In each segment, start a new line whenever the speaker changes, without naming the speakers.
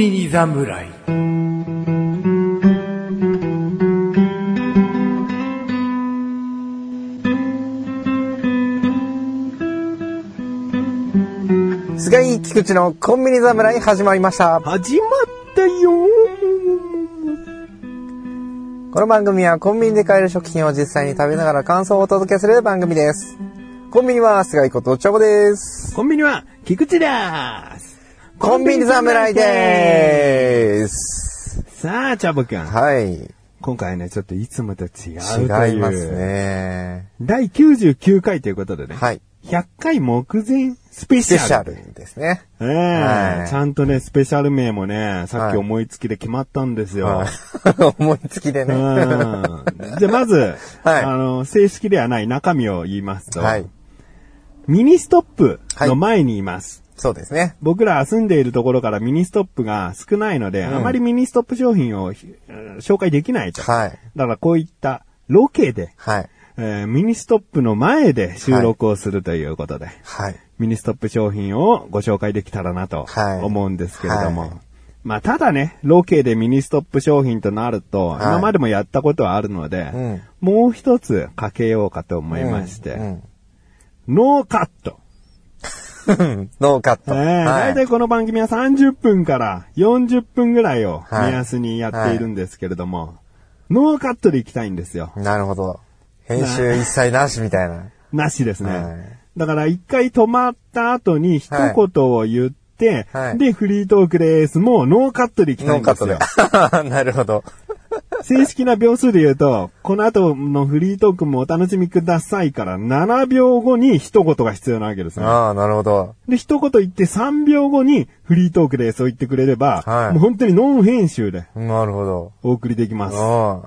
侍
菅井菊池のコンビニ侍始まりました。
始まったよ
この番組はコンビニで買える食品を実際に食べながら感想をお届けする番組です。コンビニは菅井ことちゃぼです。
コンビニは菊池だーす
コンビニ侍でーす。
さあ、チャボくん。
はい。違
今回ね、ちょっといつもと違うという。
います。ね。
第99回ということでね。
はい。
100回目前スペ
ス
シ
ペ
ャル。
シャルですね。
ええ
はい
ちゃんとね、スペシャル名もね、さっ
はい
き思いつきで決まったんですよ。
思い つきで
う
ね。は
ん。じゃあまず、
はい
あの、正式ではない中身を言いますと、
い。
ミニストップの前にいます。
そうですね。
僕ら住んでいるところからミニストップが少ないので、あまりミニストップ商品をひえー紹介できないと。
はい。
だからこういったロケで、
はい。
えーミニストップの前で収録をするということで、
はい。
ミニストップ商品をご紹介できたらなと
はい
思うんですけれども。
はい
まあ、ただね、ロケでミニストップ商品となると、
い
今までもやったことはあるので、
うん
もう一つかけようかと思いまして、
うん。
ノーカット。
うんノーカット。
ええ
は
大体
い。
この番組は30分から40分ぐらいを
はい
目安にやっているんですけれども、ノーカットでいきたいんですよ。
なるほど。編集一切なしみた いな。
なしですね。
はい
だから一回止まった後に一言を言って、
はい
で、フリートークです。もうノーカットでいきた
ノ
い
ー
ん
カ
で
ット
す
で
よ。。
なるほど。
正式な秒数で言うと、この後のフリートークもお楽しみくださいから、7秒後に一言が必要なわけですね。
ああ、なるほど。
で、一言言って3秒後にフリートークでそう言ってくれれば、
はい
もう本当にノン編集で
なるほど。
お送りできます。だか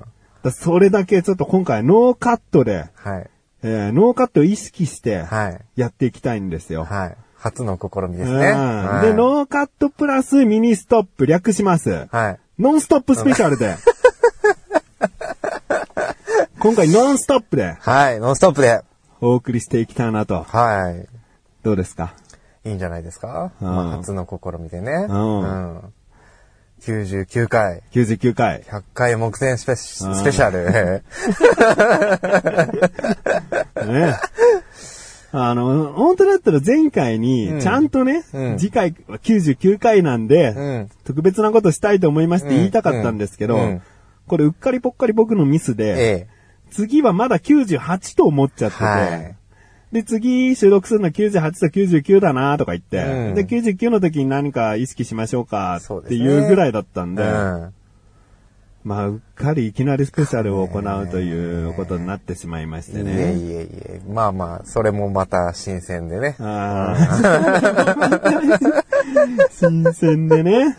あ
らそれだけちょっと今回ノーカットで、
あ、はい。
えーノーカットを意識して
はい。
やっていきたいんですよ。
はい。初の試み
う
で
ん
す
で
ね。はい、
ノーカットプラスミニストップ略します。
はい。
ノンストップスペシャル で。今回ノンストップで
はい。ノンストップで。
お送りしていきたいなと。
は
どうですか
い。いいんじゃないですか、
うん
まあ、初の試みでね。
うん
うん99回、
?99 回。
100回目前スペシスペシ ャル。
ね。あの、本当だったら前回に、ちゃんとね、
うん
次回は99回なんで、
うん
特別なことしたいと思いまして言いたかったんですけど、
うんうん
これうっかりぽっかり僕のミスで、
ええ。
次はまだ98と思っちゃってて、
はい
で、次収録するの98と99だなとか言って、
うん
で、99の時に何か意識しましょうか
そ
っ
うで
て
すね
いうぐらいだったん
う
で、
ん。
まあ、うっかりいきなりスペシャルを行うということになってしまいまし
いえ
て
い
ね。
えいえ。まあまあ、それもまた新鮮でね。
ああ。新鮮でね。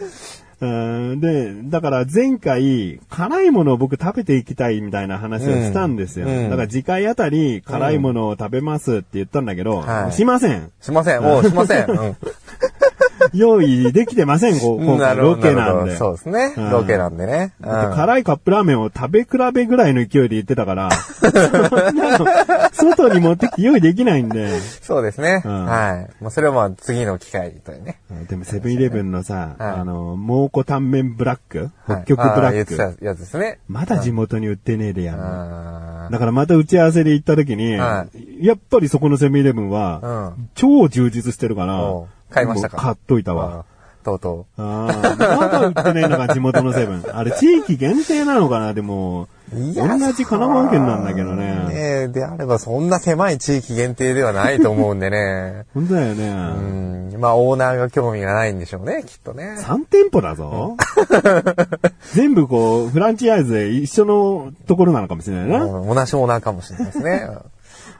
うんで、だから前回、辛いものを僕食べていきたいみたいな話をしたんですよ。
うんうん
だから次回あたり、辛いものを食べますって言ったんだけど、
はい
しません。
しません。おうし ません。うん
用意できてません、こう今
な
回
るほ
ロ
ど
ケなん
るほど
で。
そうですね。
うん
ロケなんでね。うん
だって辛いカップラーメンを食べ比べぐらいの勢いで言ってたから、 そんなの外に持ってきて用意できないんで。
そうですね。
うん
はい。まあ、それはまあ次の機会とね。
でもセブンイレブンのさ、
はい
あの、蒙古タンメンブラック、
はい
北極ブ
あ
ラ
あ言
ッ
って
ク。
たやつですね。
まだ地元に売ってねえでやんの。
あ
だからまた打ち合わせで行った時に、
は
やっぱりそこのセブンイレブンは、
ーうん。
超充実してるから
おう、買いましたか
もう買っといたわ。
あー。とうと
ああ、まだ売ってないのが地元のセブ ン。あれ地域限定なのかなでも、
う。
同じ神奈川県なんだけど
そう
ね。
ねえであればそんな狭い地域限定ではないと思うんで
。
ね
本当だよね。
うん。まあ、オーナーが興味がないんでしょうね、きっとね。
3店舗だぞ。全部こう、フランチャイズで一緒のところなのかもしれないな。
うん同じオーナーかもしれないですね。うんま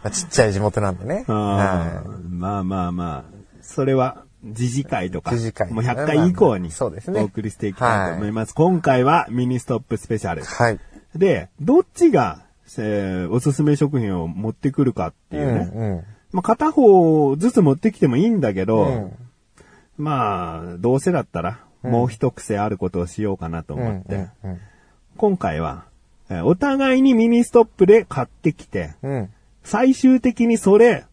あちっちゃい地元なんでね。
あ
は
ーまあまあまあ、それは、時事会とか、
時事会
もう100回以降に、
そうですね
お送りしていきたいと思います。今回はミニストップスペシャル
い。。はい。
で、どっちが、えーおすすめ食品を持ってくるかって
う
い
ん
うね。
うん。
まあ、片方ずつ持ってきてもいいんだけど、
うん
まあ、どうせだったら、もう一癖あることをしようかなと思って、
うんうん
今回は、えーお互いにミニストップで買ってきて、
うん。。
最終的にそれ、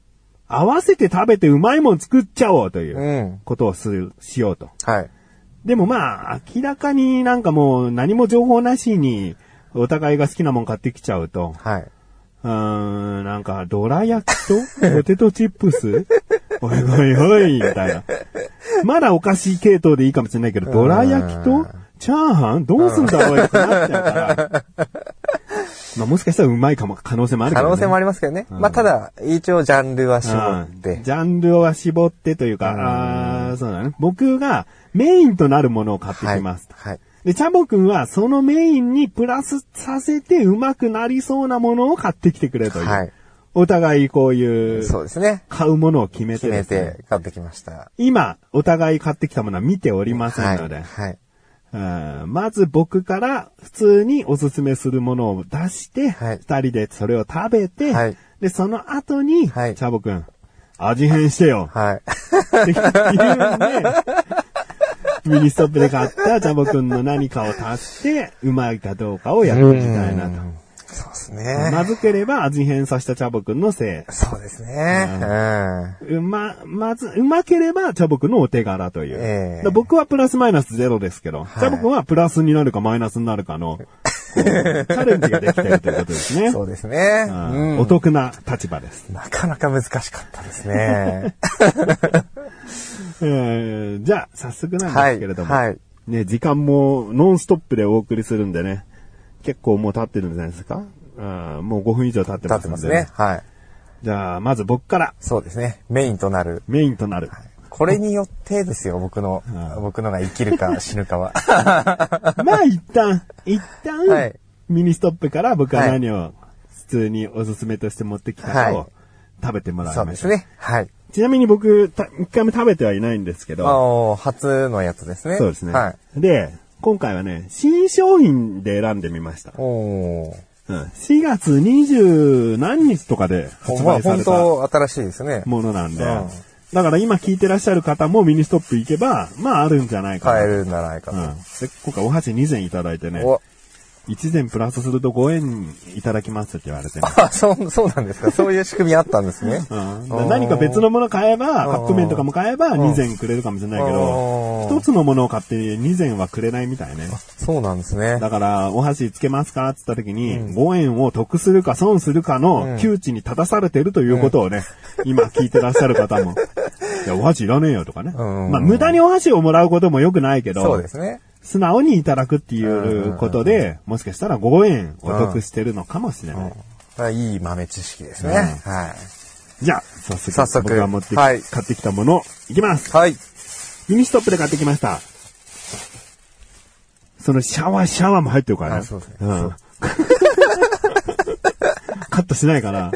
合わせて食べてうまいもん作っちゃおうといううんことをする、しようと。
はい。
でもまあ、明らかになんかもう何も情報なしに、お互いが好きなもん買ってきちゃうと、
はい。
うーん、なんか、どら焼きと ポテトチップスおいおいおい、みたいな。まだお菓子系統でいいかもしれないけど、どら焼きとチャーハンどうすんだおいってなっちゃう から。まあもしかしたらうまいかも、可能性もあるけ
可
ど、ね。
能性もありますけどね。まあ、ただ、一応ジャンルは絞っ
うん
て。
ジャンルは絞ってというか、あーそうだね。僕がメインとなるものを買って
はい。
きます。
はい。
で、チャボくんはそのメインにプラスさせてうまくなりそうなものを買ってきてくれという。
はい
お互いこういう、
そうですね。
買うものを決めて
決
で
め
すね
て買ってきました。
今、お互い買ってきたものは見ておりませ
は
ん
い。
ので、
はい。
うんまず僕から普通におすすめするものを出して、
はい
二人でそれを食べて、
はい
で、その後に、
はい
チャボくん、味変してよ、
はい。
っていうんで、ミニストップで買ったチャボくんの何かを足して、うまいかどうかをやってみたいなと。
そうですね。
まずければ味変させたチャボくんのせ
そうですね。
う
うんん。
い。うま、まず、うまければチャボくんのお手柄という。
ええ
だから僕はプラスマイナスゼロですけど、チャボくんはプラスになるかマイナスになるかの、こ うチャレンジができてるということですね。
そうですね。う
うんお
ん。
得な立場です。
なかなか難しかったです ね。
えーじゃあ、早速なんですけれども。
はいはい
ね、時間もノンストップでお送りするんでね。結構もう経ってるんじゃないですかあーもう5分以上経って
立
ま
っ
す
て
ん
ま
です
ね。。はい。
じゃあ、まず僕から
そうですね。メインとなる。
メインとなる。
これによってですよ、僕の
ああ、
僕のが生きるか死ぬかは。
まあ、一旦、一旦、
はい
ミニストップから僕は
はい
何を普通におすすめとして持ってきたか
は
を食べてもらい
そう
ま
で
し
す
た。
ね。はい。
ちなみに僕、た一回も食べてはいないんですけ
あ
ど、
の、初のやつですね。
そうですね。
はい。
で、今回はね、新商品で選んでみました。
おー。
うん4月20何日とかで発
まあ、
売さ
本
れた
当新しいですね。
ものなんで
うん、
だから今聞いてらっしゃる方もミニストップ行けば、まああるんじゃないかな。
買えるんじゃないか
う
と。
ん。で、今回お箸2膳いただいてね、
お
1膳プラスすると5円いただきますって言われてね。
あ、そう、そうなん ですか。そういう仕組みあったんですね。
うん、だから何か別のもの買えば、カップ麺とかも買えば2膳くれるかもしれないけど、
うん
一つのものを買って2膳はくれないみたいね。
そうなんです ね。
だから、お箸つけますかって言った時に、5円を得するか損するかの窮地に立たされてるということをね、今聞いてらっしゃる方 も、いや、お箸いらねえよとかね。
うん
まあ、無駄にお箸をもらうことも良くないけ
そう
ど
で、すね。
素直にいただくっていうことで、もしかしたら5円お得してるのかもしれない。
あいい豆知識ですね。
うん
は
じゃあ、早速、
早速
僕が持ってき、
はい
買ってきたもの、いきます
い。はい。
ミニストップで買ってきました。そのシャワー、シャワーも入ってるからね。
あそうですね
ん。 カットしないから。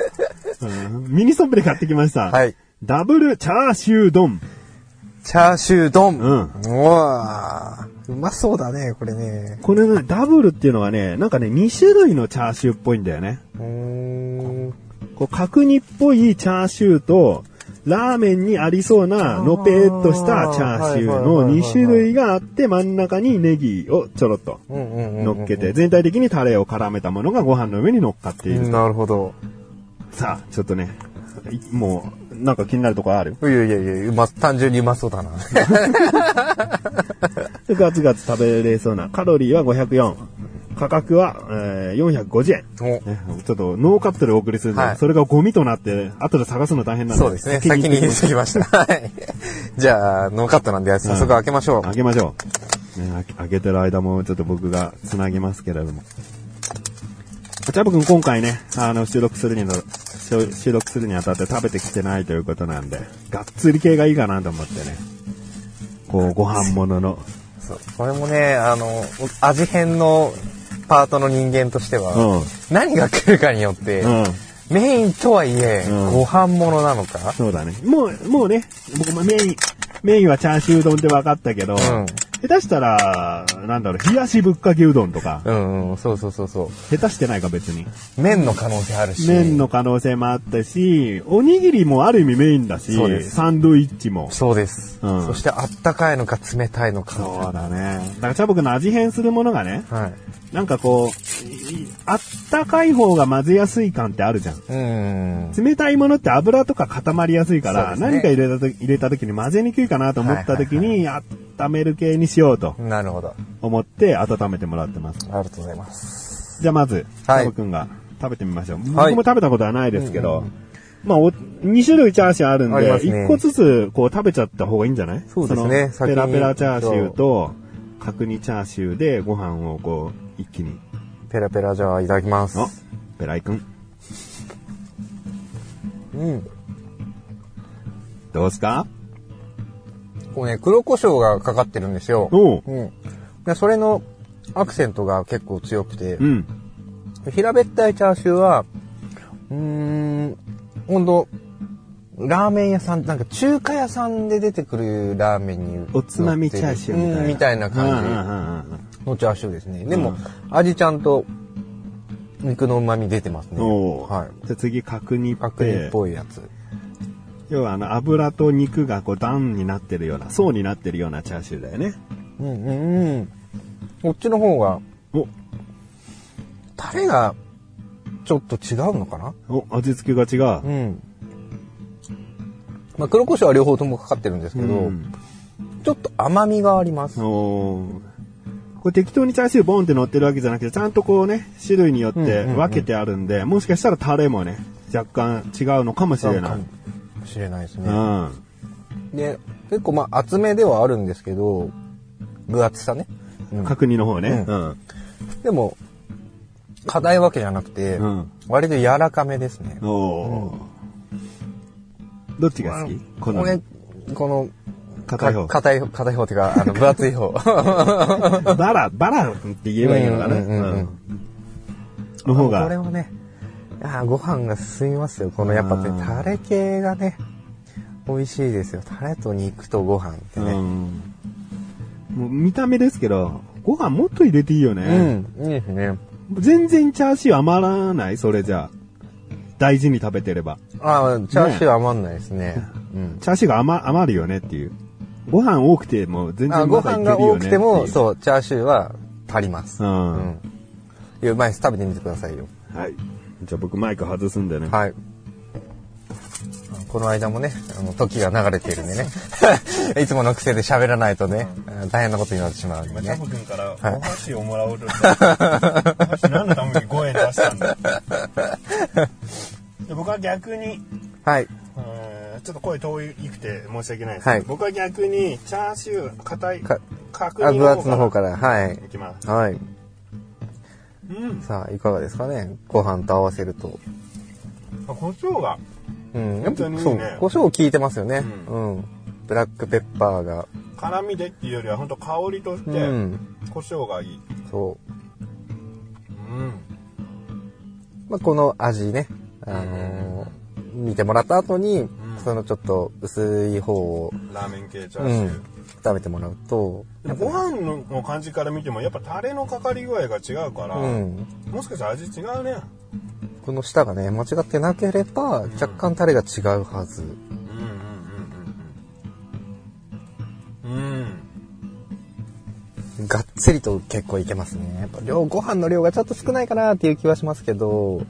うんミニストップで買ってきました。
はい。
ダブルチャーシュー丼。
チャーシュー丼。
うん
うわーうまそうだね、これね。
これね、ダブルっていうのはね、なんかね、2種類のチャーシューっぽいんだよね。
うーん。
こう、角煮っぽいチャーシューと、ラーメンにありそうな、のぺーっとしたチャーシューの2種類があって、真ん中にネギをちょろっと。
うんうんうんうん
乗っけて、全体的にタレを絡めたものがご飯の上に乗っかっている。
なるほど。
さあ、ちょっとね、いもう、なんか気になるとこある
いやいやいや、うま、単純にうまそう だな。
ガツガツ食べれそうな。カロリーは504。価格は、えー450円。
お
ねちょっとノーカットでお送りするんで、
はい
それがゴミとなって、後で探すの大変なんで。
そうですね。先に言ってきました。 はい。じゃあ、ノーカットなんで、早速開けましょう。
開けましょう。ね、開け開けてる間もちょっと僕がつなぎますけれども。チャボくん今回ね、あの、収録するにの、収収録するにあたって食べてきてないということなんで、がっつり系がいいかなと思ってね。こう、ご飯物の。
そうこれもね、あの、味変のパートの人間としては、
うん
何が来るかによって、
うん。
メインとはいえ、
うん
ご飯物なのか、
そうだね。もう、もうね、僕もメイン、メインはチャーシュー丼って分かったけど、
ん
下手したら、なんだろう、冷やしぶっかけうどんとか、
うんうん、そうそうそうそ
下手してないか別に。
う。麺の可能性あるし。
麺の可能性もあったし、おにぎりもある意味メインだし
そうで、す
サンドイッチも。
そうです、
うん
そしてあったかいのか冷たいのか。
そうだね。だから、チャボくんの味変するものがね、
はい。
なんかこう、あったかい方が混ぜやすい感ってあるじゃん。
うん。
冷たいものって油とか固まりやすいから、
そうで
何
すね
か入れたとき入れた時に混ぜにくいかなと思った時に、温める系にしようと
なるほど。
思って温めてもらってます。
ありがとうございます。
じゃあまず、
はい
サボ君が食べてみましょう。僕も
はい
食べたことはないですけど、まあお、2種類チャーシューあるんで、
ありますね
1個ずつこう食べちゃった方がいいんじゃない
そうですね
そのペ
先
ラ
に
ペラチャーシューと、角煮チャーシューでご飯をこう、一気に。
ペラペラじゃあいただきます。
あ、ペライ君、
うん。
どうすか
こうね、黒胡椒がかかってるんですよ。
おう。
うん。で、それのアクセントが結構強くて
う、ん。
平べったいチャーシューは、うーん、ほんと、ラーメン屋さん、なんか中華屋さんで出てくるラーメンに。
おつまみチャーシューみたいな。う
うんみたいな
んうんう
感
んうん
じのチャーシューですね。でも、
うん
味ちゃんと肉の旨味出てますね。
おう
はい。
じゃあ次、角煮っ
角煮
て
っ。ぽいやつ。
要はあの、油と肉がこう段になってるような、層になってるようなチャーシューだよね。
うんうんうん。こっちの方が、
お、
タレがちょっと違うのかな
お、味付けが違
う
う。
ん。まあ、黒胡椒は両方ともかかってるんですけど、
うん
ちょっと甘みがあります。
おーこれ適当にチャーシューボンって乗ってるわけじゃなくて、ちゃんとこうね、種類によっ
うんう
て
んうん
分けてあるんで、もしかしたらタレもね、若干違うのかもしれな
か
い。
もしれないです
う
ね。
ん。
で、結構まあ厚めではあるんですけど、分厚さね。うん
角煮の方ね。う。
うんでも、硬いわけじゃなくて、
うん
割と柔らかめですね。
おーどっちが好き好み
これ、この、
硬い方
か硬い方、硬い方っていうか、あの、分厚い方。
バラ、バラって言えばいいのかな。
うんうんうんうん
うんの方
これ
が、
はね、あーご飯が進みますよ。このやっぱね
うん
タレ系がね、美味しいですよ。タレと肉とご飯って
う
ね。
ん。もう見た目ですけど、ご飯もっと入れていいよ
う
ね。
ん、いいですね。
全然チャーシュー余らないそれじゃあ。大事に食べてれば。
ああ、チャーシュー余んないですね。うん。
チャーシューが余余るよねっていう。ご飯多くても全
あー
然
ご
まだい
飯
ける
が
よ
多
ね
く
ってい
て
う。
も、そう、チャーシューは足ります。
う。
うんん。いや、うまいです。食べてみてくださいよ。
はい。じゃあ僕マイク外すんでね。
はい。この間もね、あの、時が流れているんでね。 いつもの癖で喋らないとね、うん大変なことになってしまうんで
ジャ
ね
ム。君からお箸をもらおうとした。お箸何のために5円出したんだ。で僕は逆に、
はい。
うーんちょっと声遠いくて申し訳ないですけど、
はい
僕は逆にチャーシュー硬い
か
角
あ、
煮
分厚の方
か
から、はい
らい。きます。
はい。
うん。
さあ、いかがですかねご飯と合わせると。
あ胡椒が
うん。
本当にいい
そ
ね
う。胡椒効いてますよね。
う
うん。ブラックペッパーが。
辛みでっていうよりは本当香りとして
うん。
胡椒がいい。
そう。
うん。
まあ、この味ね。あのー見てもらった後に、そのちょっと薄い方を、
ラーメン系チャ
う
ーシュ
ん
ー。。
食べてもらうと、
でもご飯のの感じから見てもやっぱタレのかかり具合が違うから、
うん。
もしかしたら味違うね。
この舌がね、間違ってなければ、若干タレが違うはず。
うんうんうんうんうん。うん。
がっつりと結構いけますね。やっぱ量、ご飯の量がちょっと少ないかなっていう気はしますけど、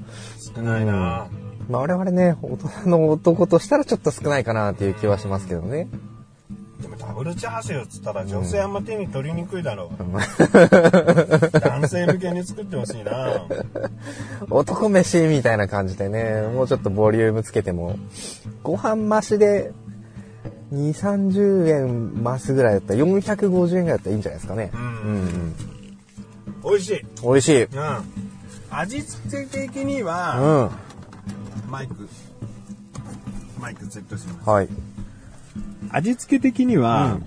少ないな、
まあ我々ね、大人の男としたらちょっと少ないかなっていう気はしますけどね。
でもダブルチャーシューっつったら女性あんま手に取りにくいだろう、男性向けに作ってほしいな
男飯みたいな感じでね、もうちょっとボリュームつけても、ご飯増しで、2、30円増すぐらいだったら、450円ぐらいだったらいいんじゃないですかね。
うん
うん
美味しい、うん、
美味しい。
味付け的に
う
は、
ん。
マイクマイクセットします
はい。
味付け的には、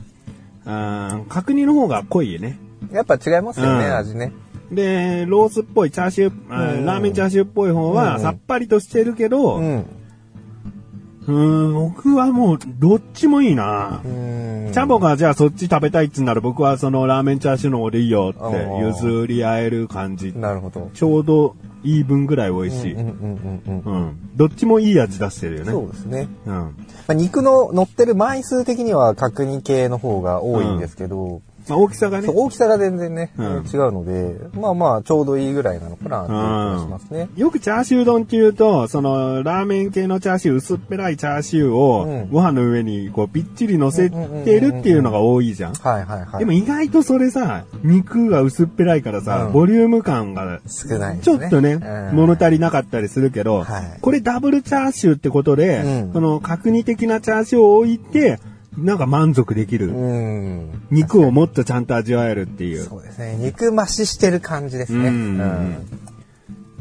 あー角煮の方が濃いよね
やっぱ違いますよね、
うん
味ね。
でロースっぽいチャーシュー、あー
うん
ラーメンチャーシューっぽい方は
うん
さっぱりとしてるけど、
う
うん
ん。
ん僕はもうどっちもいいな
うん。
チャボがじゃあそっち食べたいっつんなら僕はそのラーメンチャーシューの方でいいよって譲り合える感じ。
なるほど。
ちょうどいい分ぐらい美味しい。
うんう
うんん。
うん
どっちもいい味出してるよ
うん。
ね。
そうですね。
うん。
まあ肉の乗ってる枚数的には角煮系の方が多いんですけど、
まあ、大きさがね
そう。大きさが全然ね、
うん
違うので、まあまあ、ちょうどいいぐらいなのかなっていう気がしますね。
よくチャーシュー丼っていうと、その、ラーメン系のチャーシュー、薄っぺらいチャーシュー
う
を
ん、
ご飯の上に、こう、ぴっちり乗せてるっていうのが多いじゃん。
はいはいはい。
でも意外とそれさ、肉が薄っぺらいからさ、
うん
ボリューム感が、
少ないで
ち
す
ょ
ね。
っとね、
うん
物足りなかったりするけど、
はい
これダブルチャーシューってことで、
うん
その角煮的なチャーシューを置いて、なんか満足できる。
うん。
肉をもっとちゃんと味わえるっていう。
そうですね。肉増ししてる感じですね。
う
うんん。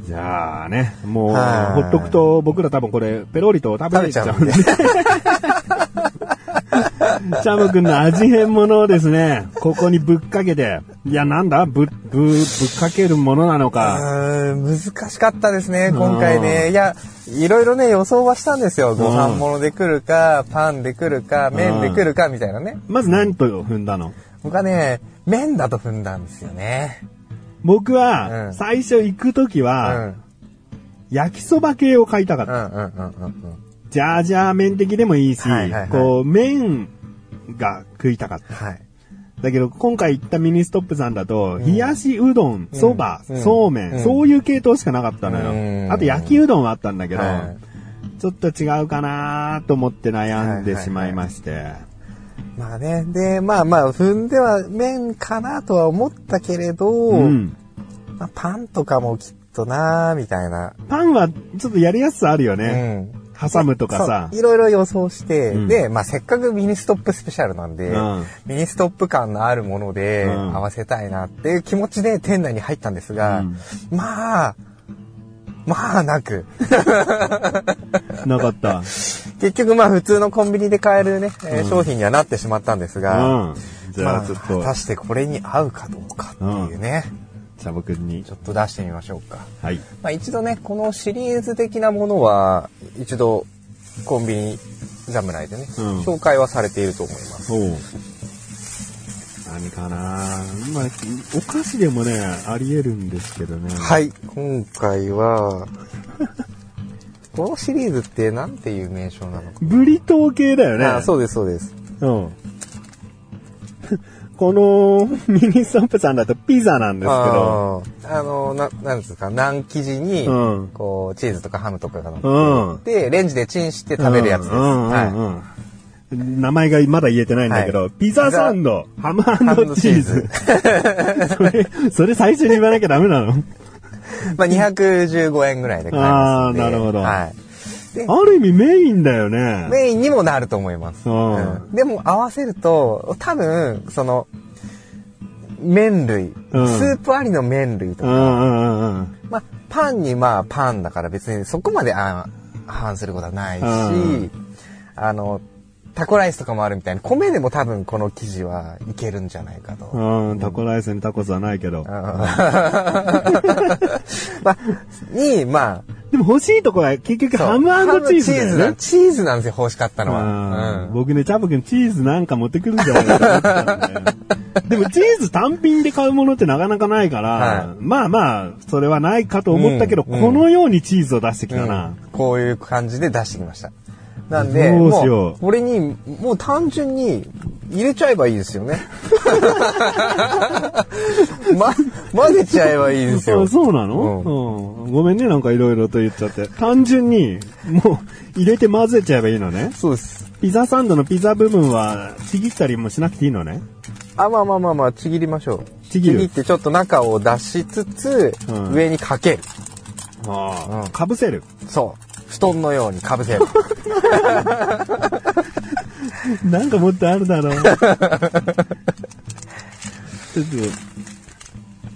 じゃあね、もう、
はい
ほっとくと僕ら多分これ、ペロリと食べ
食
れ
べ
ち
ち
ゃ
ゃ
う
うんん
で
で。。
チャム君の味変ものをですね、ここにぶっかけて、いや、なんだぶ、ぶ、ぶっかけるものなのか。
うーん難しかったですね、今回
う
ね。いや、いろいろね、予想はしたんですよ。ご飯物で来るか、パンで来るか、麺で来るか、みたいなね。
まず何と踏んだの
僕はね、麺だと踏んだんですよね。
僕
う
は、
ん
最初行くとき
うん。う
は、
ん
焼きそば系を買いたかっ
う
た。
んうんうんうん。
ジャージャー麺的でもいいし
はいはいは、い
こう、麺が食いたかった。
はい。
だけど、今回行ったミニストップさんだと、冷やしうどん、そば、
うん
そうめん、
うん
そういう系統しかなかったの
う
よ。
ん
あと焼きうどんはあったんだけど、
はい
ちょっと違うかなと思って悩んで
はいはいはい
しまいまして。
まあね。で、まあまあ、踏んでは麺かなとは思ったけれど、
うん。
まあ、パンとかもきっとなーみたいな。
パンはちょっとやりやすさあるよね。
うん。
挟むとかさ
そう。いろいろ予想して、
うん
で、まあ、せっかくミニストップスペシャルなんで、
うん
ミニストップ感のあるもので
うん
合わせたいなっていう気持ちで店内に入ったんですが、
うん
まあ、まあなく。
なかった。
結局まあ普通のコンビニで買えるね、えー商品にはなってしまったんです
う
が、
ん。じゃ
ま
あ
あ
ちょっ
果
と、
たしてこれに合うかどうかっていうね、
チャボくんに
ち。ょっと出してみましょうか。
はい。
まあ、一度ねこのシリーズ的なものは一度コンビニ侍でね、
うん
紹介はされていると思います。
そう。何かなまあ、お菓子でもね、あり得るんですけどね。
はい今回は このシリーズってなんていう名称なのか、
ブリトー系だよね。
あそうですそうです
うん。このミニストップさんだとピザなんですけど、
あーあのななんですかナン生地に、
うん
こうチーズとかハムとかが乗って
うん。
でレンジでチンして食べるやつです。
うんうんうん
は
うん名前がまだ言えてないんだけど、
は
ピザサンド、ハム
い。ハム
チーズ。それ、それ最初に言わなきゃダメな の
まあ215円ぐらいで買えますんで。
あーなるほど
はい。
ある意味メインだよね。
メインにもなると思います。
うん
うんでも合わせると、多分、その、麺類、
うん
スープありの麺類と
うん
か、
うんうんうん。
まあ、パンにまあパンだから別にそこまであ反することはないし、
うん
あの、タコライスとかもあるみたいに、米でも多分この生地はいけるん じゃないかと。
うん、タコライスにタコスはないけど。
まあ、に、まあ、
でも欲しいとこは結局
そう
ハムチーズだよ
ハ
ね
ムチー。ズなチーズなんですよ、欲しかったのは。
うん
うん
僕ね、チャブ君チーズなんか持ってくるんじゃないかと思ったん だよねでもチーズ単品で買うものってなかなかないから、
はい
まあまあ、それはないかと思ったけど、
うんうん
このようにチーズを出してきたな。
こういう感じで出してきました。なんで、
どうしよう
もう、これに、もう単純に入れちゃえばいいですよね。 ま、混ぜちゃえばいいですよ
あ。そうなの、うんごめんね、なんかいろいろと言っちゃって。単純に、もう、入れて混ぜちゃえばいいのね。
そうです。
ピザサンドのピザ部分は、ちぎったりもしなくていいのね。
あ、まあまあまあまあ、ちぎりましょう。
ちぎる
ってちょっと中を出しつつ、
うん
上にかける。
あ
うん
かぶせる。
そう。布団のようにかぶせ る。
なんかもっとある だろう。ちょっと、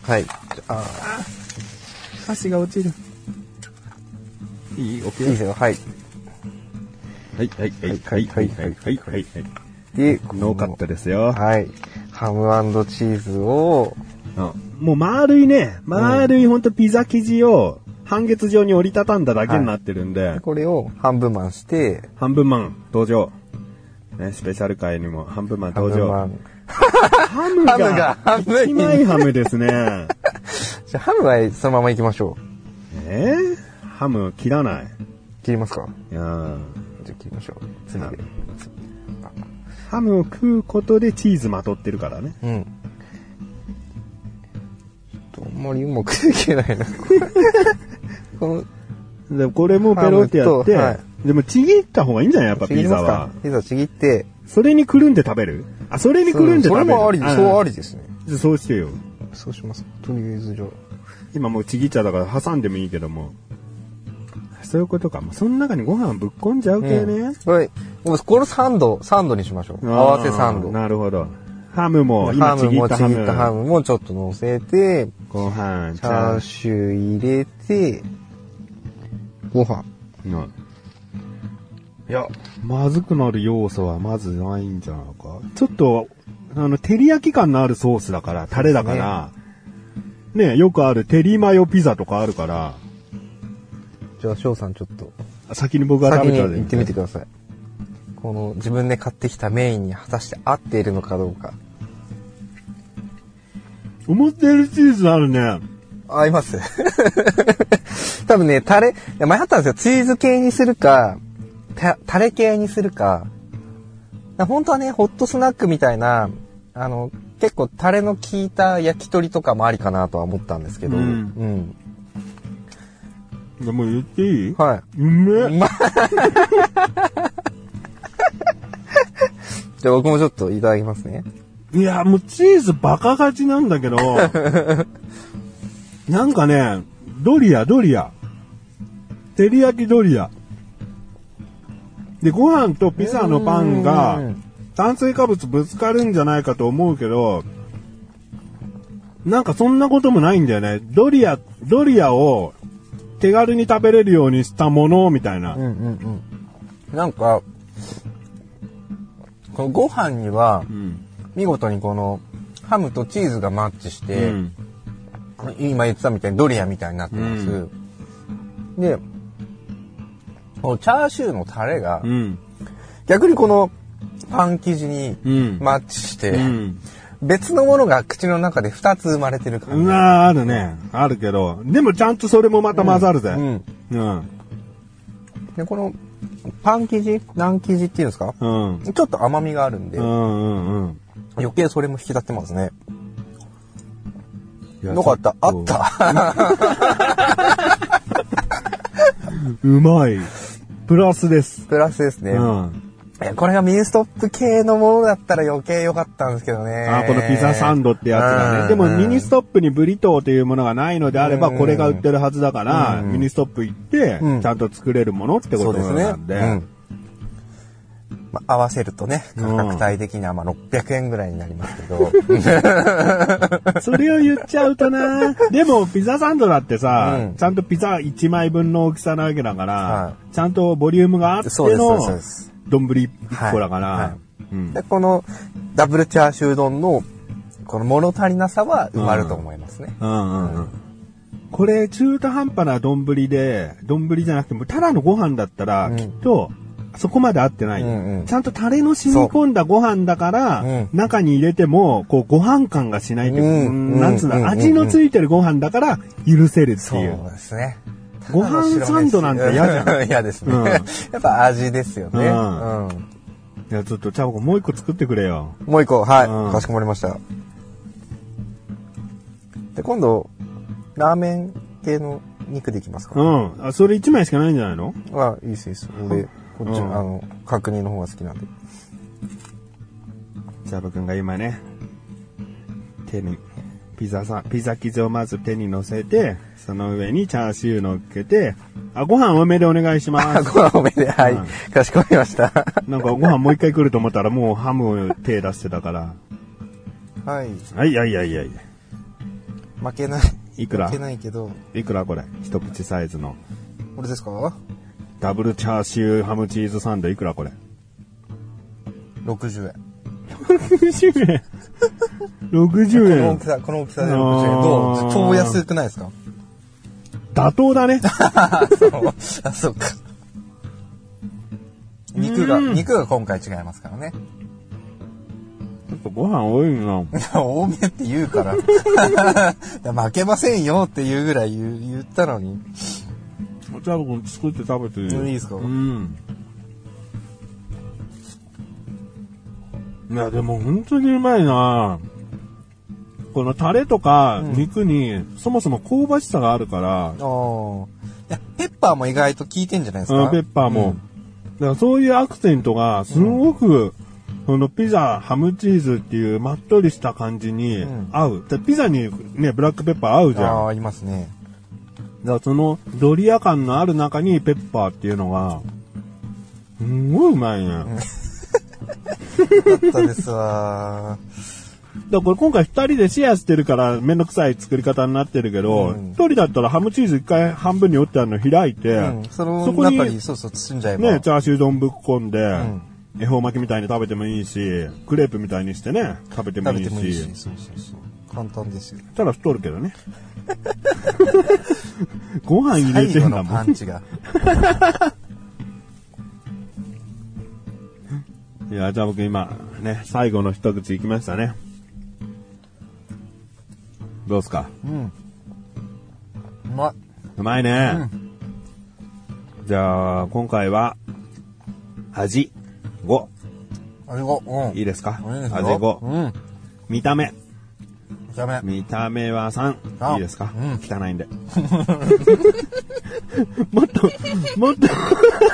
はい。あ
箸が落ちる。いい、
い
OK
いですよ。はい。
はい、はい、はい、はい、はい、はい、はい、はい。
で、
ノーカットですよ。
はい。ハムチーズを、
もう丸いね、丸いほんとピザ生地を半月状に折りたたんだだけになってるんで、
これを半分マンして、
半分マン登場。ね、スペシャル回にも半分マン登場。
半分マン
ハム
ハムが半分
一
に
枚ハムですね。
じゃあハムはそのままいきましょう。
えーハム切らない。
切りますか
いやー
じゃあ切りましょう。次で。
ハムを食うことでチーズまとってるからね。
うん。んまりうまくできないな。この、
でこれもペロってやって、
ハムとは
でもちぎった方がいいんじゃないやっぱ
ち
ピ
ぎり
ザ
ますか
は。
ピザちぎって、
それにくるんで食べるあ、それにくるんで食
そ
べ
れ
る
もあり、そうありですね。
り。そうしてよ。
そうします。とりあえずじゃあ。
今もうちぎっちゃったから挟んでもいいけども。そういうことか。もうその中にご飯ぶっこんじゃう系ね。
はい。もうこれサンド、サンドにしましょう。合わせサンド。
なるほど。ハムも、
ハ
今ち
ム
ぎっ
も
た
ち
ハ
ぎ
ム。
ったハムもちょっと乗せて、
ご飯、チ
チャ
ャ
ー
ーシ
シュー入れて、ご飯。
ューの。
いや、
まずくなる要素はまずないんじゃないか。ちょっと、あの、照り焼き感のあるソースだから、タレだから、ねよくある照りマヨピザとかあるから、
じゃあ翔さんちょっと、
先に僕が食
先
べ
に
ちゃうで
行ってみてください。この自分で買ってきたメインに果たして合っているのかどうか。
思ってるチーズあるね。
合います 多分ね、タレ、いや迷ったんですよ。チーズ系にするか、たタレ系にするか。だ本当はね、ホットスナックみたいな、あの、結構タレの効いた焼き鳥とかもありかなとは思ったんですけど。
うん
うん
でも言っていい
は
うめ
い。
え
ま じゃあ僕もちょっといただきますね。
いや、もうチーズバカ勝ちなんだけど、なんかね、ドリア、ドリア。照り焼きドリア。で、ご飯とピザのパン
う
が
ん、
炭水化物ぶつかるんじゃないかと思うけど、なんかそんなこともないんだよね。ドリア、ドリアを手軽に食べれるようにしたもの、みたいな。
うんうんうん。なんか、このご飯には、
うん。
見事にこの、ハムとチーズがマッチし
う
て、
ん。
今言ってたみたいにドリアみたいになってます。
う
で、このチャーシューのタレが、
うん。
逆にこのパン生地に
うん
マッチして、
うん。
別のものが口の中で2つ生まれてる感
う
じ。
わーあるね。あるけど。でもちゃんとそれもまた混ざるぜ。
うん。
うん。
で、このパン生地、ナン生地っていうんですか
うん。うん。
ちょっと甘みがあるんで、
うん。うん。
余計それも引き立ってますね。
いや
よかった。あっ。
ちょと
た。
うまい。プラスです。
プラスですね
う。ん。
えこれがミニストップ系のものだったら余計良かったんですけどね。
あーこのピザサンドってやつだ
うん
ね。で
う
も
ん
ミニストップにブリトーというものがないのであれば、これが売ってるはずだから、ミニストップ行って、
うん
ちゃんと作れるものってことなんで。
うんまあ合わせるとね、価格帯的にはまあ600円ぐらいになりますけ ど、
それを言っちゃうと な。でも、ピザサンドだってさ、
うん
ちゃんとピザ1枚分の大きさなわけだから、
は
ちゃんとボリュームがあって
そうですそうですそう
の
です、
丼1個だから、
はいはい
うん
でこのダブルチャーシュー丼のこの物足りなさは埋まると思いますね。
うんうんうんこれ、中途半端な丼で、丼じゃなくても、ただのご飯だったら、
うん
きっと、そこまで合ってない、
うんうん
ちゃんとタレの染み込んだご飯だから、
そううん
中に入れても、こう、ご飯感がしないというか、
うん
うんなんつう
うんうん
の、
うん
味のついてるご飯だから、許せるって
そう
いう。
ですね。
ご飯サンドなんて嫌じゃ
ん。 嫌ですね。
うん
やっぱ味ですよね。
うん
うん
いや、ちょっと、チャボコもう一個作ってくれよ。
もう一個、はい、
うん
かしこまりました。で、今度、ラーメン系の肉でいきます
う
か、
ん。あ、それ一枚しかないんじゃないの
あ、いいです、いいです。俺、こっち、
うん
あの、角煮の方が好きなんで。
チャボくんが今ね、手に、ピザさ、ピザ生地をまず手に乗せて、その上にチャーシュー乗っけて、あ、ご飯多めでお願いしま
あ、
す。
ご飯おめで、はい、
うん
かしこまりました。
なんかご飯もう一回来ると思ったらもうハムを手出してたから。
はい、
はい、いやいやいやいや。
負けない。
いくら
負けないけど、
いくらこれ一口サイズの。
これですか
ダブルチャーシューハムチーズサンドいくらこれ
?60 円。
?60 円。60
こ の大
円
き。さ、この大きさで60円。ど
あ
う
ー
超安くないですか
妥当だね。
あ、そうか。肉が、肉が今回違いますからね。
ちょっとご飯多いな。
いや多めって言うから。 いや負けませんよっていうぐらい言う言ったのに。
お茶僕作って食べていい
うんいいですか
うん。いや、でも本当にうまいなこのタレとか肉に、そもそも香ばしさがあるから、
ああ。いや、ペッパーも意外と効いてんじゃないです
う
か。
ん、ペッパーも。だからそういうアクセントが、すごく、このピザ、ハムチーズっていうまっとりした感じに合う。でピザにね、ブラックペッパー合うじ
あ
ゃん。
あ、ありますね。
だからそのドリア感のある中にペッパーっていうのが、すんごいうまいね。だか
よかったですわ。
らこれ今回二人でシェアしてるからめんどくさい作り方になってるけど、一、人だったらハムチーズ一回半分に折ってあるの開いて、
うん。その
そこに
中に、そうそう、包んじゃえば。
ね、チャーシュー丼ぶっ込んで、恵方巻きみたいに食べてもいいし、クレープみたいにしてね、食べても
食
いいし。
べてもいいし。そうそうそう。簡単ですよ。
ただ太るけど ね。ご飯入れて
最
ん
後
だ
の
も
パ
ん。
ンチが。
いや、じゃあ僕今、ね、最後の一口いきましたね。どうすか
うん。うま
うまいね。じゃあ、今回は、味5。
い。あれが、うん。
いいですか
いいですよ
味5。
うん。
見た目。
ダメ。
見た目は3。
三
いいですか、
うん
汚いんで。 もっと、もっと、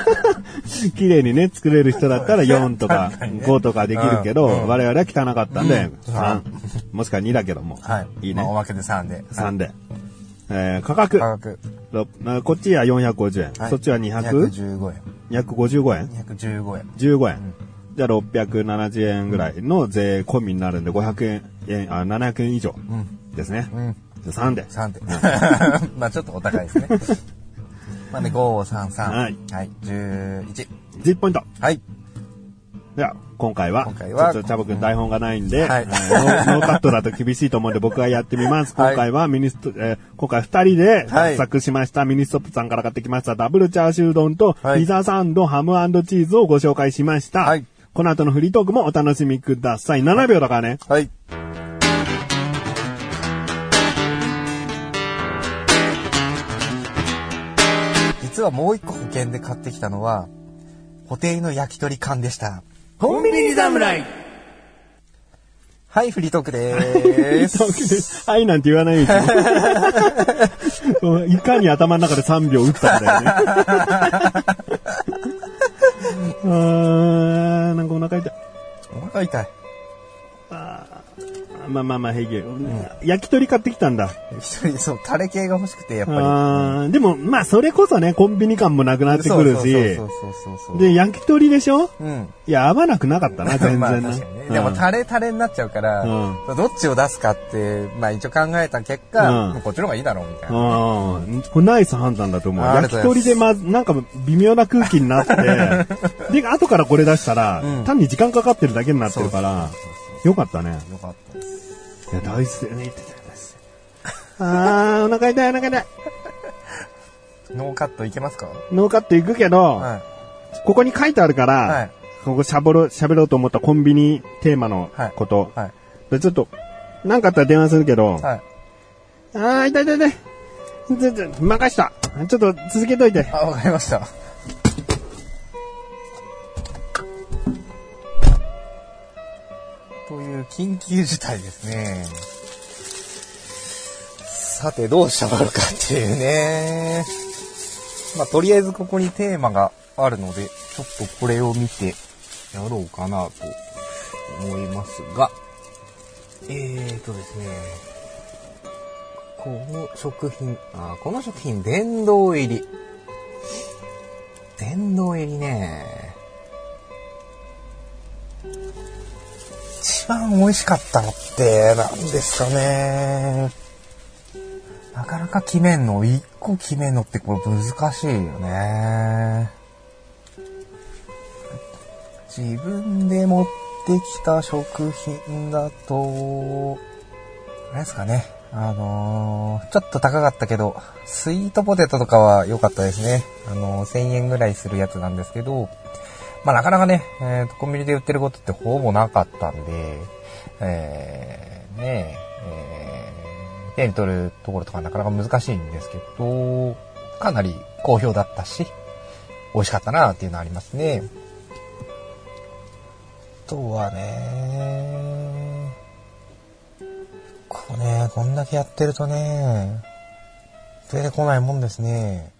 綺麗にね、作れる人だったら4とか
確かにね
5とかできるけど、
うんうん
我々は汚かったんで、
うん
3。もしくは2だけども。
はい。
いい
まあお
ね。
まけで3で。
3で。えー価格。
価格。
ろなこっちは450円。
はい
そっちは 200?255
215円。
円
215円。
?15 円。じゃあ670円ぐらいの税込みになるんで、500円、あ、700円以上ですね。
うん。
じゃあ3で。
3で。 まあちょっとお高いですね。 まあね、533。
はい。
はい。11。
10ポイント。
はい。
では、今回は、
今回は
ちょっとチャボくん台本がないんで、
はい
えーノーノーカットだと厳しいと思うんで僕がやってみます。
はい
今回はミニスト、えー今回二人で
はい
作しました、ミニストップさんから買ってきましたダブルチャーシュー丼と、
はい
ピザサンド、ハムチーズをご紹介しました。
はい
この後のフリートークもお楽しみください。7秒だからね。
はい。実はもう一個保険で買ってきたのは、ホテイの焼き鳥缶でした。コンビニ侍はい、フリートークでー す。
はいなんて言わないで いかに頭の中で3秒打ったんだよね。 あー、なんかお腹痛い。
お腹痛い。
まあまあまあ平気、焼き鳥買ってきたんだ。
一人、そう、タレ系が欲しくて、やっぱ
あーでも、まあそれこそね、コンビニ感もなくなっ
り。
てくるし。
そうそうそうそうそう。
で、焼き鳥でしょ
うん。
いや、合わなくなかったな、全然
まあ
な。
確かにね。
うん
でも、タレタレになっちゃうから、
う
どっちを出すかって、まあ一応考えた結果、
うん
もうこっちの方がいいだろう、みたいな。
うん。これナイス判断だと思う。
ああり
焼
がと
き
うござい
鳥
ます
でまず、なんか微妙な空気にな って、で、後からこれ出したら、
うん
単に時間かかってるだけになってるから、よかったね。
よかったです。
いや、大好きね。あー、お腹痛い、お腹痛い。
ノーカットいけますか
ノーカット行くけど、
は
ここに書いてあるから、
い。はい。
ここしゃべろう、しゃべろうと思ったコンビニテーマのこと。
はい。
でちょっと、なんかあったら電話するけど、
はい。
あー、痛い痛い痛い。ちょちょ任した。ちょっと続けといて。
あ、わかりました。という緊急事態ですね。さて、どうしたものかっていうね。まあ、とりあえずここにテーマがあるので、ちょっとこれを見てやろうかなと思いますが、えーとですね、この食品、あーこの食品、殿堂入り。殿堂入りね。一番美味しかったのって何ですかね。なかなか決めんの、一個決めんのってこれ難しいよね。自分で持ってきた食品だと、あれですかね。あのーちょっと高かったけど、スイートポテトとかは良かったですね。あのー1000円ぐらいするやつなんですけど、まあなかなかね、えーとコンビニで売ってることってほぼなかったんで、えー、ねえ、えー手に取るところとかなかなか難しいんですけど、かなり好評だったし、美味しかったなっていうのはありますね。あとはね、こね、こんだけやってるとね、出てこないもんですね。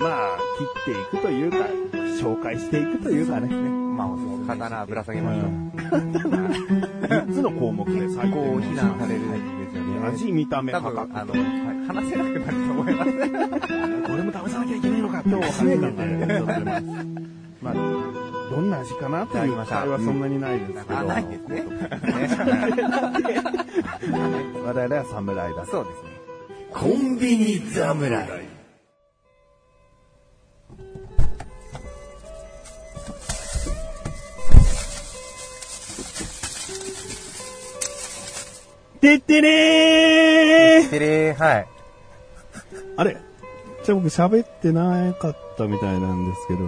まあ、切っていくというか、紹介していくというかね。まあ、おすすめして
刀ぶら下げましょう
うん刀三つの項目で採点
こう
をし
非
ます
難されるんですよね。
味、見た目、
多
価格
分、。あの、話せなくなると思います。
これも試さなきゃいけないのか今日初めてで。まあ、どんな味かなという期待はそんなにないですけど。
あ、ないですね。
我々は侍だ。
そうですね。
コンビニ侍。てってれー
てれー、はい。
あれじゃあ僕喋ってなかったみたいなんですけど。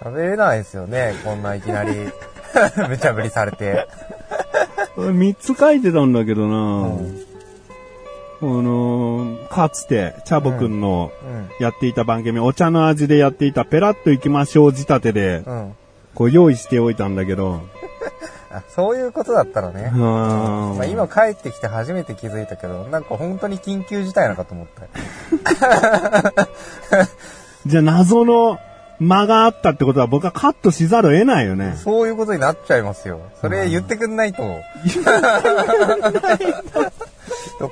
喋れないですよね、こんないきなり。 無茶ぶりされて。
俺3つ書いてたんだけどな、
ん
あのーかつて、チャボくんの
うん。
やっていた番組、お茶の味でやっていたペラッと行きましょう仕立てで、
うん。
こう用意しておいたんだけど、
あ、そういうことだったらね。
あー
まあ、今帰ってきて初めて気づいたけど、なんか本当に緊急事態なのかと思った。
じゃあ謎の間があったってことは僕はカットしざるを得ないよね。
そういうことになっちゃいますよ。それ言ってくんないと。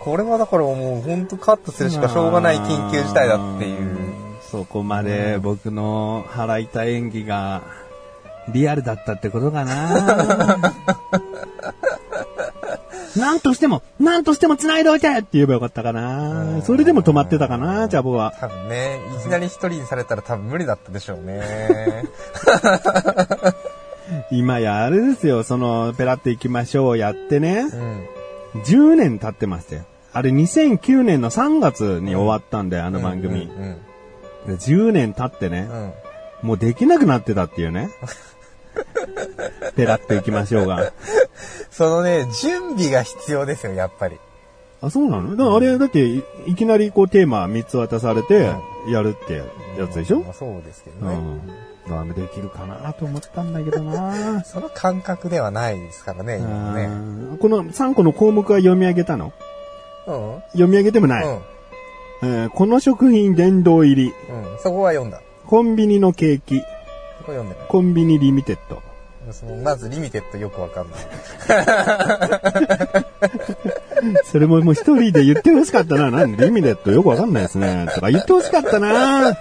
これはだからもう本当カットするしかしょうがない緊急事態だっていう。
そこまで僕の腹痛演技がリアルだったってことか な。なんとしても、なんとしても繋いでおいてって言えばよかったかな。それでも止まってたかな、ジャボは。
多分ね、いきなり一人にされたら多分無理だったでしょう ね。
今やあれですよ、その、ペラって行きましょうやってね
う、ん。
10年経ってましたよ。あれ2009年の3月に終わったんで、あの番組。
う
で
ん。
10年経ってね
う、ん。
もうできなくなってたっていう ね。ペラって行きましょうが。
そのね、準備が必要ですよ、やっぱり。
あ、そうなのだからあれ、だってい、いきなりこうテーマ3つ渡されて、やるってやつでしょ
まあそうですけど
う
ね。
ん。まあ、できるかなと思ったんだけど な
その感覚ではないですからね、今はね。
うんこの3個の項目は読み上げたの
うん。
読み上げてもない。えーこの食品殿堂入り。
うん。うん。そこは読んだ。
コンビニのケーキ。
そこは読んでない。
コンビニリミテッド。
そのまずリミテッドよくわかんない。
それももう一人で言ってほしかったな。なんでリミテッドよくわかんないですね。とか言ってほしかったな。う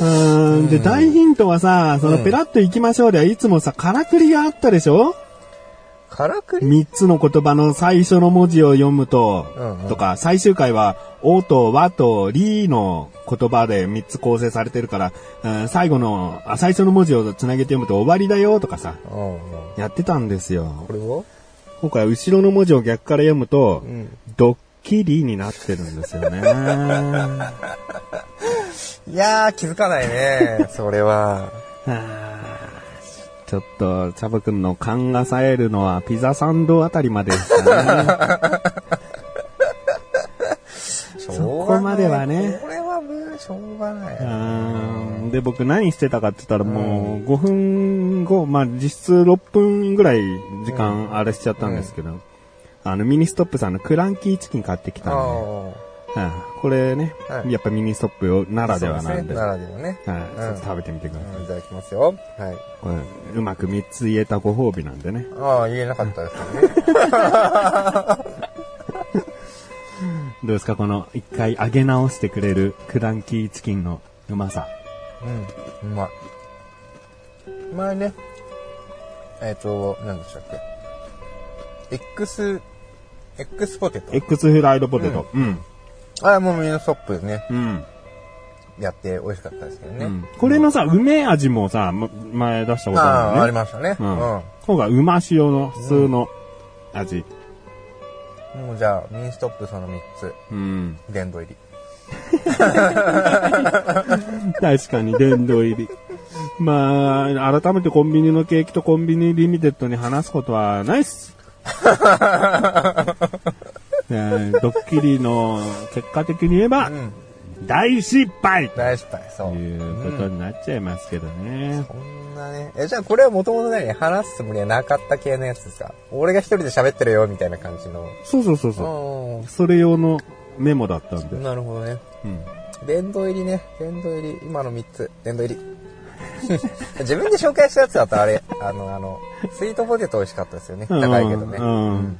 ーん。で、大ヒントはさ、そのペラッと行きましょうではいつもさ、からくりがあったでしょ
からくり
三つの言葉の最初の文字を読むと、
うんうん
とか、最終回は、おとわとりの言葉で三つ構成されてるから、うん最後の、あ、最初の文字をつなげて読むと終わりだよとかさ、
うんうん。
やってたんですよ
こ。れを
今回、後ろの文字を逆から読むと、
ん
ドッキリになってるんですよね。 あ
いやー、気づかないね。 それは。
ーちょっと、チャブ君の勘が冴えるのは、ピザサンドあたりまでです ね。
そ
そこまではね
これはもう、しょうがない。
うんで、僕何してたかって言ったらもう5分後、まあ実質6分ぐらい時間あれしちゃったんですけど、あのミニストップさんのクランキーチキン買ってきた
あ
んで、
ー
うんこれね、
はい
やっぱミニストップならでは
そう
な
す
んで、
ねならではね。
はいちょっと食べてみてください。
うんいただきますよ。はい。
これうまく3つ言えたご褒美なんでね。
ああ、言えなかったですよね。
どうですかこの一回揚げ直してくれるクランキーチキンのうまさ。
うん。うまい。前ね、えっ、と、何でしたっけ。X、X ポテト。
X フライドポテト。うん。
ああ、もうミニストップでね、
うん。
やって美味しかったですけどね。
うんこれのさ、梅味もさ、ま前出したことあるよ
あ
ね。
あ、ありましたね。
う
うんん。
今回、うま塩の普通の味。
もうじゃあ、ミニストップその3つ、
うん。
殿堂入り。
確かに、殿堂入り。 まあ、改めてコンビニのケーキとコンビニリミテッドに話すことはないっ す。えードッキリの結果的に言えば、
うん。
大失敗
大失敗、そ
と
う。
いうことになっちゃいますけどね。
こんんなね。え、じゃあこれはもともと何話すつもりはなかった系のやつですか俺が一人で喋ってるよ、みたいな感じの。
そうそうそうそう。
う
それ用のメモだったんで。
ん。なるほどね。
うん。
殿堂入りね。殿堂入り。今の3つ。殿堂入り。 自分で紹介したやつだとあれ、あの、あの、スイートポテト美味しかったですよね。高いけどね。
うん
うん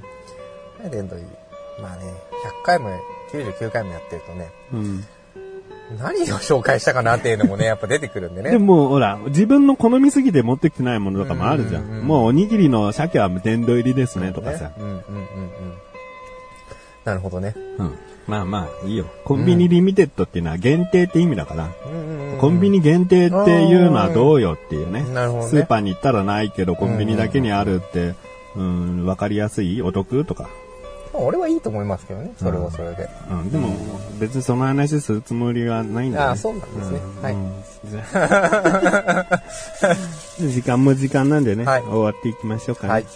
殿堂入り。まあね、100回も99回もやってるとね、
うん。
何を紹介したかなっていうの もね、やっぱ出てくるんでね。
でももうほら、自分の好みすぎて持ってきてないものとかもあるじゃん。
うんうんうん
もうおにぎりの鮭は殿堂入りですねとかさ。
ねうんうんうんうん。なるほどね。
うん。まあまあ、いいよ。コンビニリミテッドっていうのは限定って意味だから、コンビニ限定っていうのはどうよっていうね。
うんなるほどね
スーパーに行ったらないけど、コンビニだけにあるって、うん、わかりやすいお得とか。
まあ俺はいいと思いますけどね、それはそれで。
うん、でも、別にその話するつもりはないんだよ、ね。
ああ、そうなんですね。は
う
い。
んじゃあ 時間も時間なんでね、
はい
終わっていきましょうかね。
はい。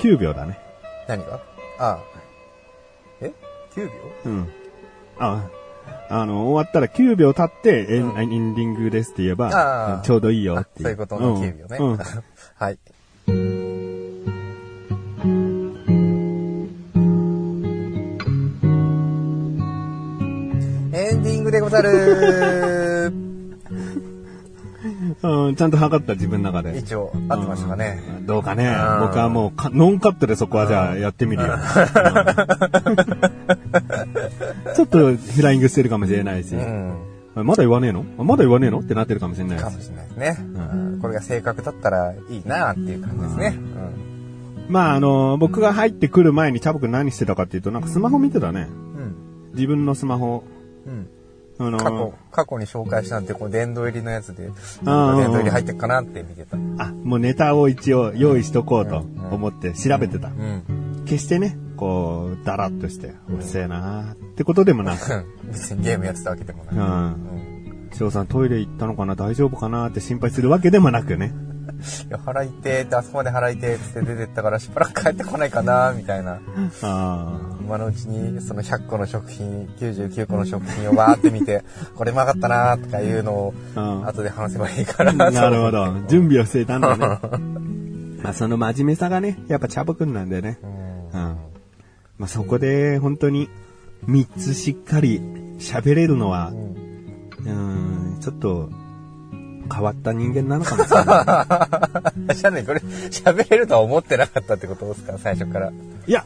9秒だね。
何がああ。え ?9 秒
うん。あ、あの、終わったら9秒経って、エンエンディングですって言え
あ
ば
あ、
ちょうどいいよ
あ
っ、ていう。
そういうことの9秒ね。
うんうん
はい。エンディングでご ざる
うん、ちゃんと測った自分の中で。
一応、合ってましたかね。
うん。どうかね。
ん
僕はもうか、ノンカットでそこはじゃあやってみるよ。うんちょっとフライングしてるかもしれないし
う。ん。
まだ言わねえのまだ言わねえのってなってるかもしれないし
かもしれないですね。
ん
うんこれが正確だったらいいなっていう感じですね。うん。
まあ、あの、僕が入ってくる前にチャボくん何してたかっていうと、なんかスマホ見てたね。
うん。
自分のスマホ。
うん。
あの
過去、過去に紹介したんて、この殿堂入りのやつで、なん
あ
か
ー
殿堂入り入ってっかなって見てた。う
あ、もうネタを一応用意しとこうと思って調べてた。
ん。
決してね、こう、だらっとして、うるせえなーってことでもなく、
別にゲームやってたわけでもな
う。
い。うんん。
翔さんトイレ行ったのかな大丈夫かなって心配するわけでもなくね。
いや、腹いてーって、あそこまで腹いてーって出てったから、しばらく帰ってこないかなーみたいな。
あ
今のうちに、その100個の食品、99個の食品をわーって見て、 これ曲がったなーとかいうのを、
あ。
後で話せばいいから。
うん。 なるほど。準備をしていたんだね。 まあその真面目さがね、やっぱチャボくんなんでね。
うん。
うん。まあそこで本当に3つしっかり喋れるのは
う、ん
うん、ちょっと変わった人間なのかもしれない。
しゃべこれ、喋れるとは思ってなかったってことですか最初から。
いや、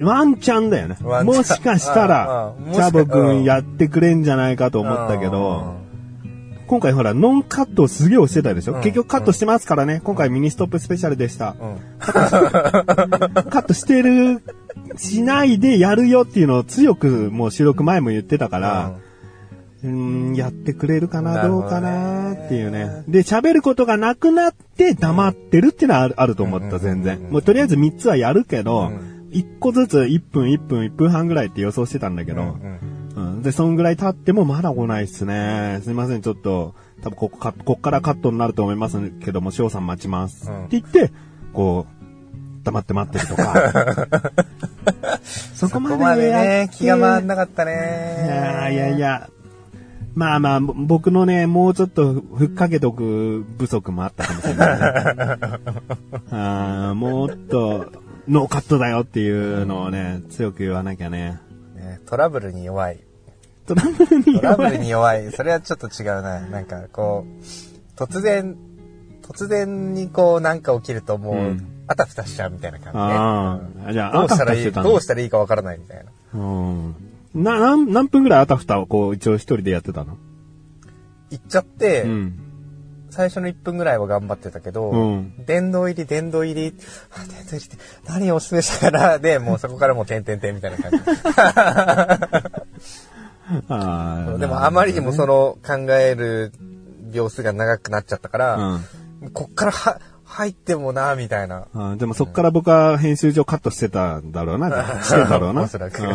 ワンチャンだよね。
ワンチャン
もしかしたら
うんう、ん
チャボくんやってくれんじゃないかと思ったけど、今回ほら、ノンカットをすげえ押してたでしょ、
うん
結局カットしてますからね。今回ミニストップスペシャルでした。
うん、うん。
カットしてる、しないでやるよっていうのを強くもう収録前も言ってたから、うーん、やってくれるかな、
なる
ど
ほ
うか
どね
なっていうね。で、喋ることがなくなって黙ってるっていうのはあるあると思った、全
うんうんうん
然。
うん
もうとりあえず3つはやるけど
うん、
1個ずつ1分、1分、1分半ぐらいって予想してたんだけ
うん、
ど
う、ん。
うんで、そんぐらい経ってもまだ来ないっすね。すいません、ちょっと、多分ここか、こっからカットになると思いますけども、翔さん待ちます。
うん
って言って、こう、黙って待ってるとか。 そ
そ
こ
こ
まで
まで
やっ
ね
て、
気が回んなかったね。
いやいやいや。まあまあ、ぼ僕のね、もうちょっとふっかけとく不足もあったかもしれ ない、ね。あーもっと、ノーカットだよっていうのをね、強く言わなきゃね。
ねトラブルに弱い。
トラブルに
トラブ
弱
ル
い。
に弱い。それはちょっと違うな。なんか、こう、突然、突然にこう、なんか起きるともう、
うん
あたふたしちゃうみたいな感
ああ、じ
じ
ゃ
ね。
あ、
ど
あ
うしたらい
して
い、
た
ど
の
うしたらいいかわからないみたいな。
うん。な、何、何分ぐらいあたふたをこう、一応一人でやってたの
行っちゃって、
うん。
最初の1分ぐらいは頑張ってたけど、
うん
殿堂入り、殿堂入り、あ殿堂入りって何をおすすめしたから、で、もうそこからもう点々点みたいな 感じ。
ああ。
でもあまりにもその考える秒数が長くなっちゃったか
う
ら、
ん。
こっからは入ってもな、みたいな。
あーでもそっから僕は編集上カットしてたんだろうな。してたろうな。
おそらく
うん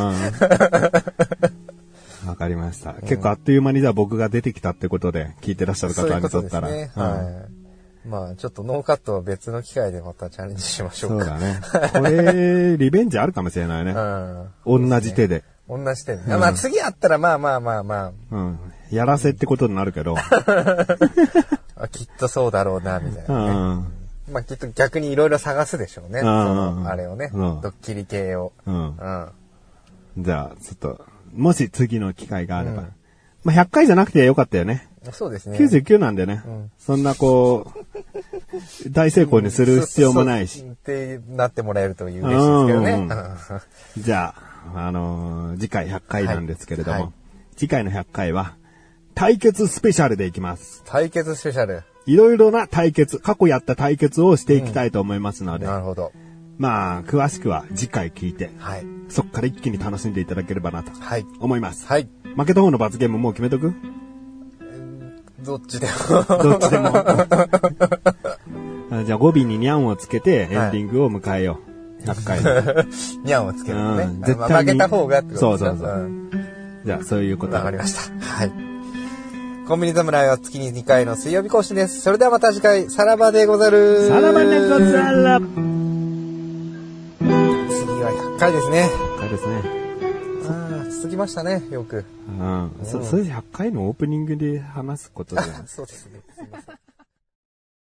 わかりました。結構あっという間にじゃあ僕が出てきたってことで聞いてらっしゃる
そうい
方
う
に
ことと
っ
で
た
す
ら。
ね。
うん
はい。まあ、ちょっとノーカットは別の機会でまたチャレンジしましょ
そうう
か。
だね。これ、リベンジあるかもしれ ないね。同じ手で。
うん。同じ点、まあ次あったらまあまあまあまあ、
うん。やらせってことになるけど。
あきっとそうだろうな、みたいうなね。
ん。
まあきっと逆にいろいろ探すでしょうね。
う
そ
ん
のあれをね、
うん
ドッキリ系を。
う。
うんん。
じゃあ、ちょっと、もし次の機会があれば。まあ、100回じゃなくてよかったよね。
そうですね。
99なんでね。そんなこう、大成功にする必要もない
そ
し。
うそうってなってもらえるという嬉しいですけどね。
うんじゃあ、あのー次回100回なんですけれども、
はいはい
次回の100回は、対決スペシャルでいきます。
対決スペシャル。
いろいろな対決、過去やった対決をしていきたいと思いますので、
なるほど。
まあ、詳しくは次回聞いて、
はい。
そっから一気に楽しんでいただければなと
はい。
思います。
はい。
負けた方の罰ゲームもう決めとく
どっちでも。
どっちでも。あじゃあ語尾にニャンをつけてエンディングを迎えよう。100回 の。
ニャンをつけるのね。
うん絶対に
まあ負けた方がってことですね
そうそうそうんじゃあそういうこと
わかりました。はい。コンビニ侍は月に2回の水曜日更新です。それではまた次回、さらばでござる。
さらばでござら
次は100回ですね。
回ですね。
ああ、続きましたね、よく。
うん。そ、それで100回のオープニングで話すことじゃない
そうですね。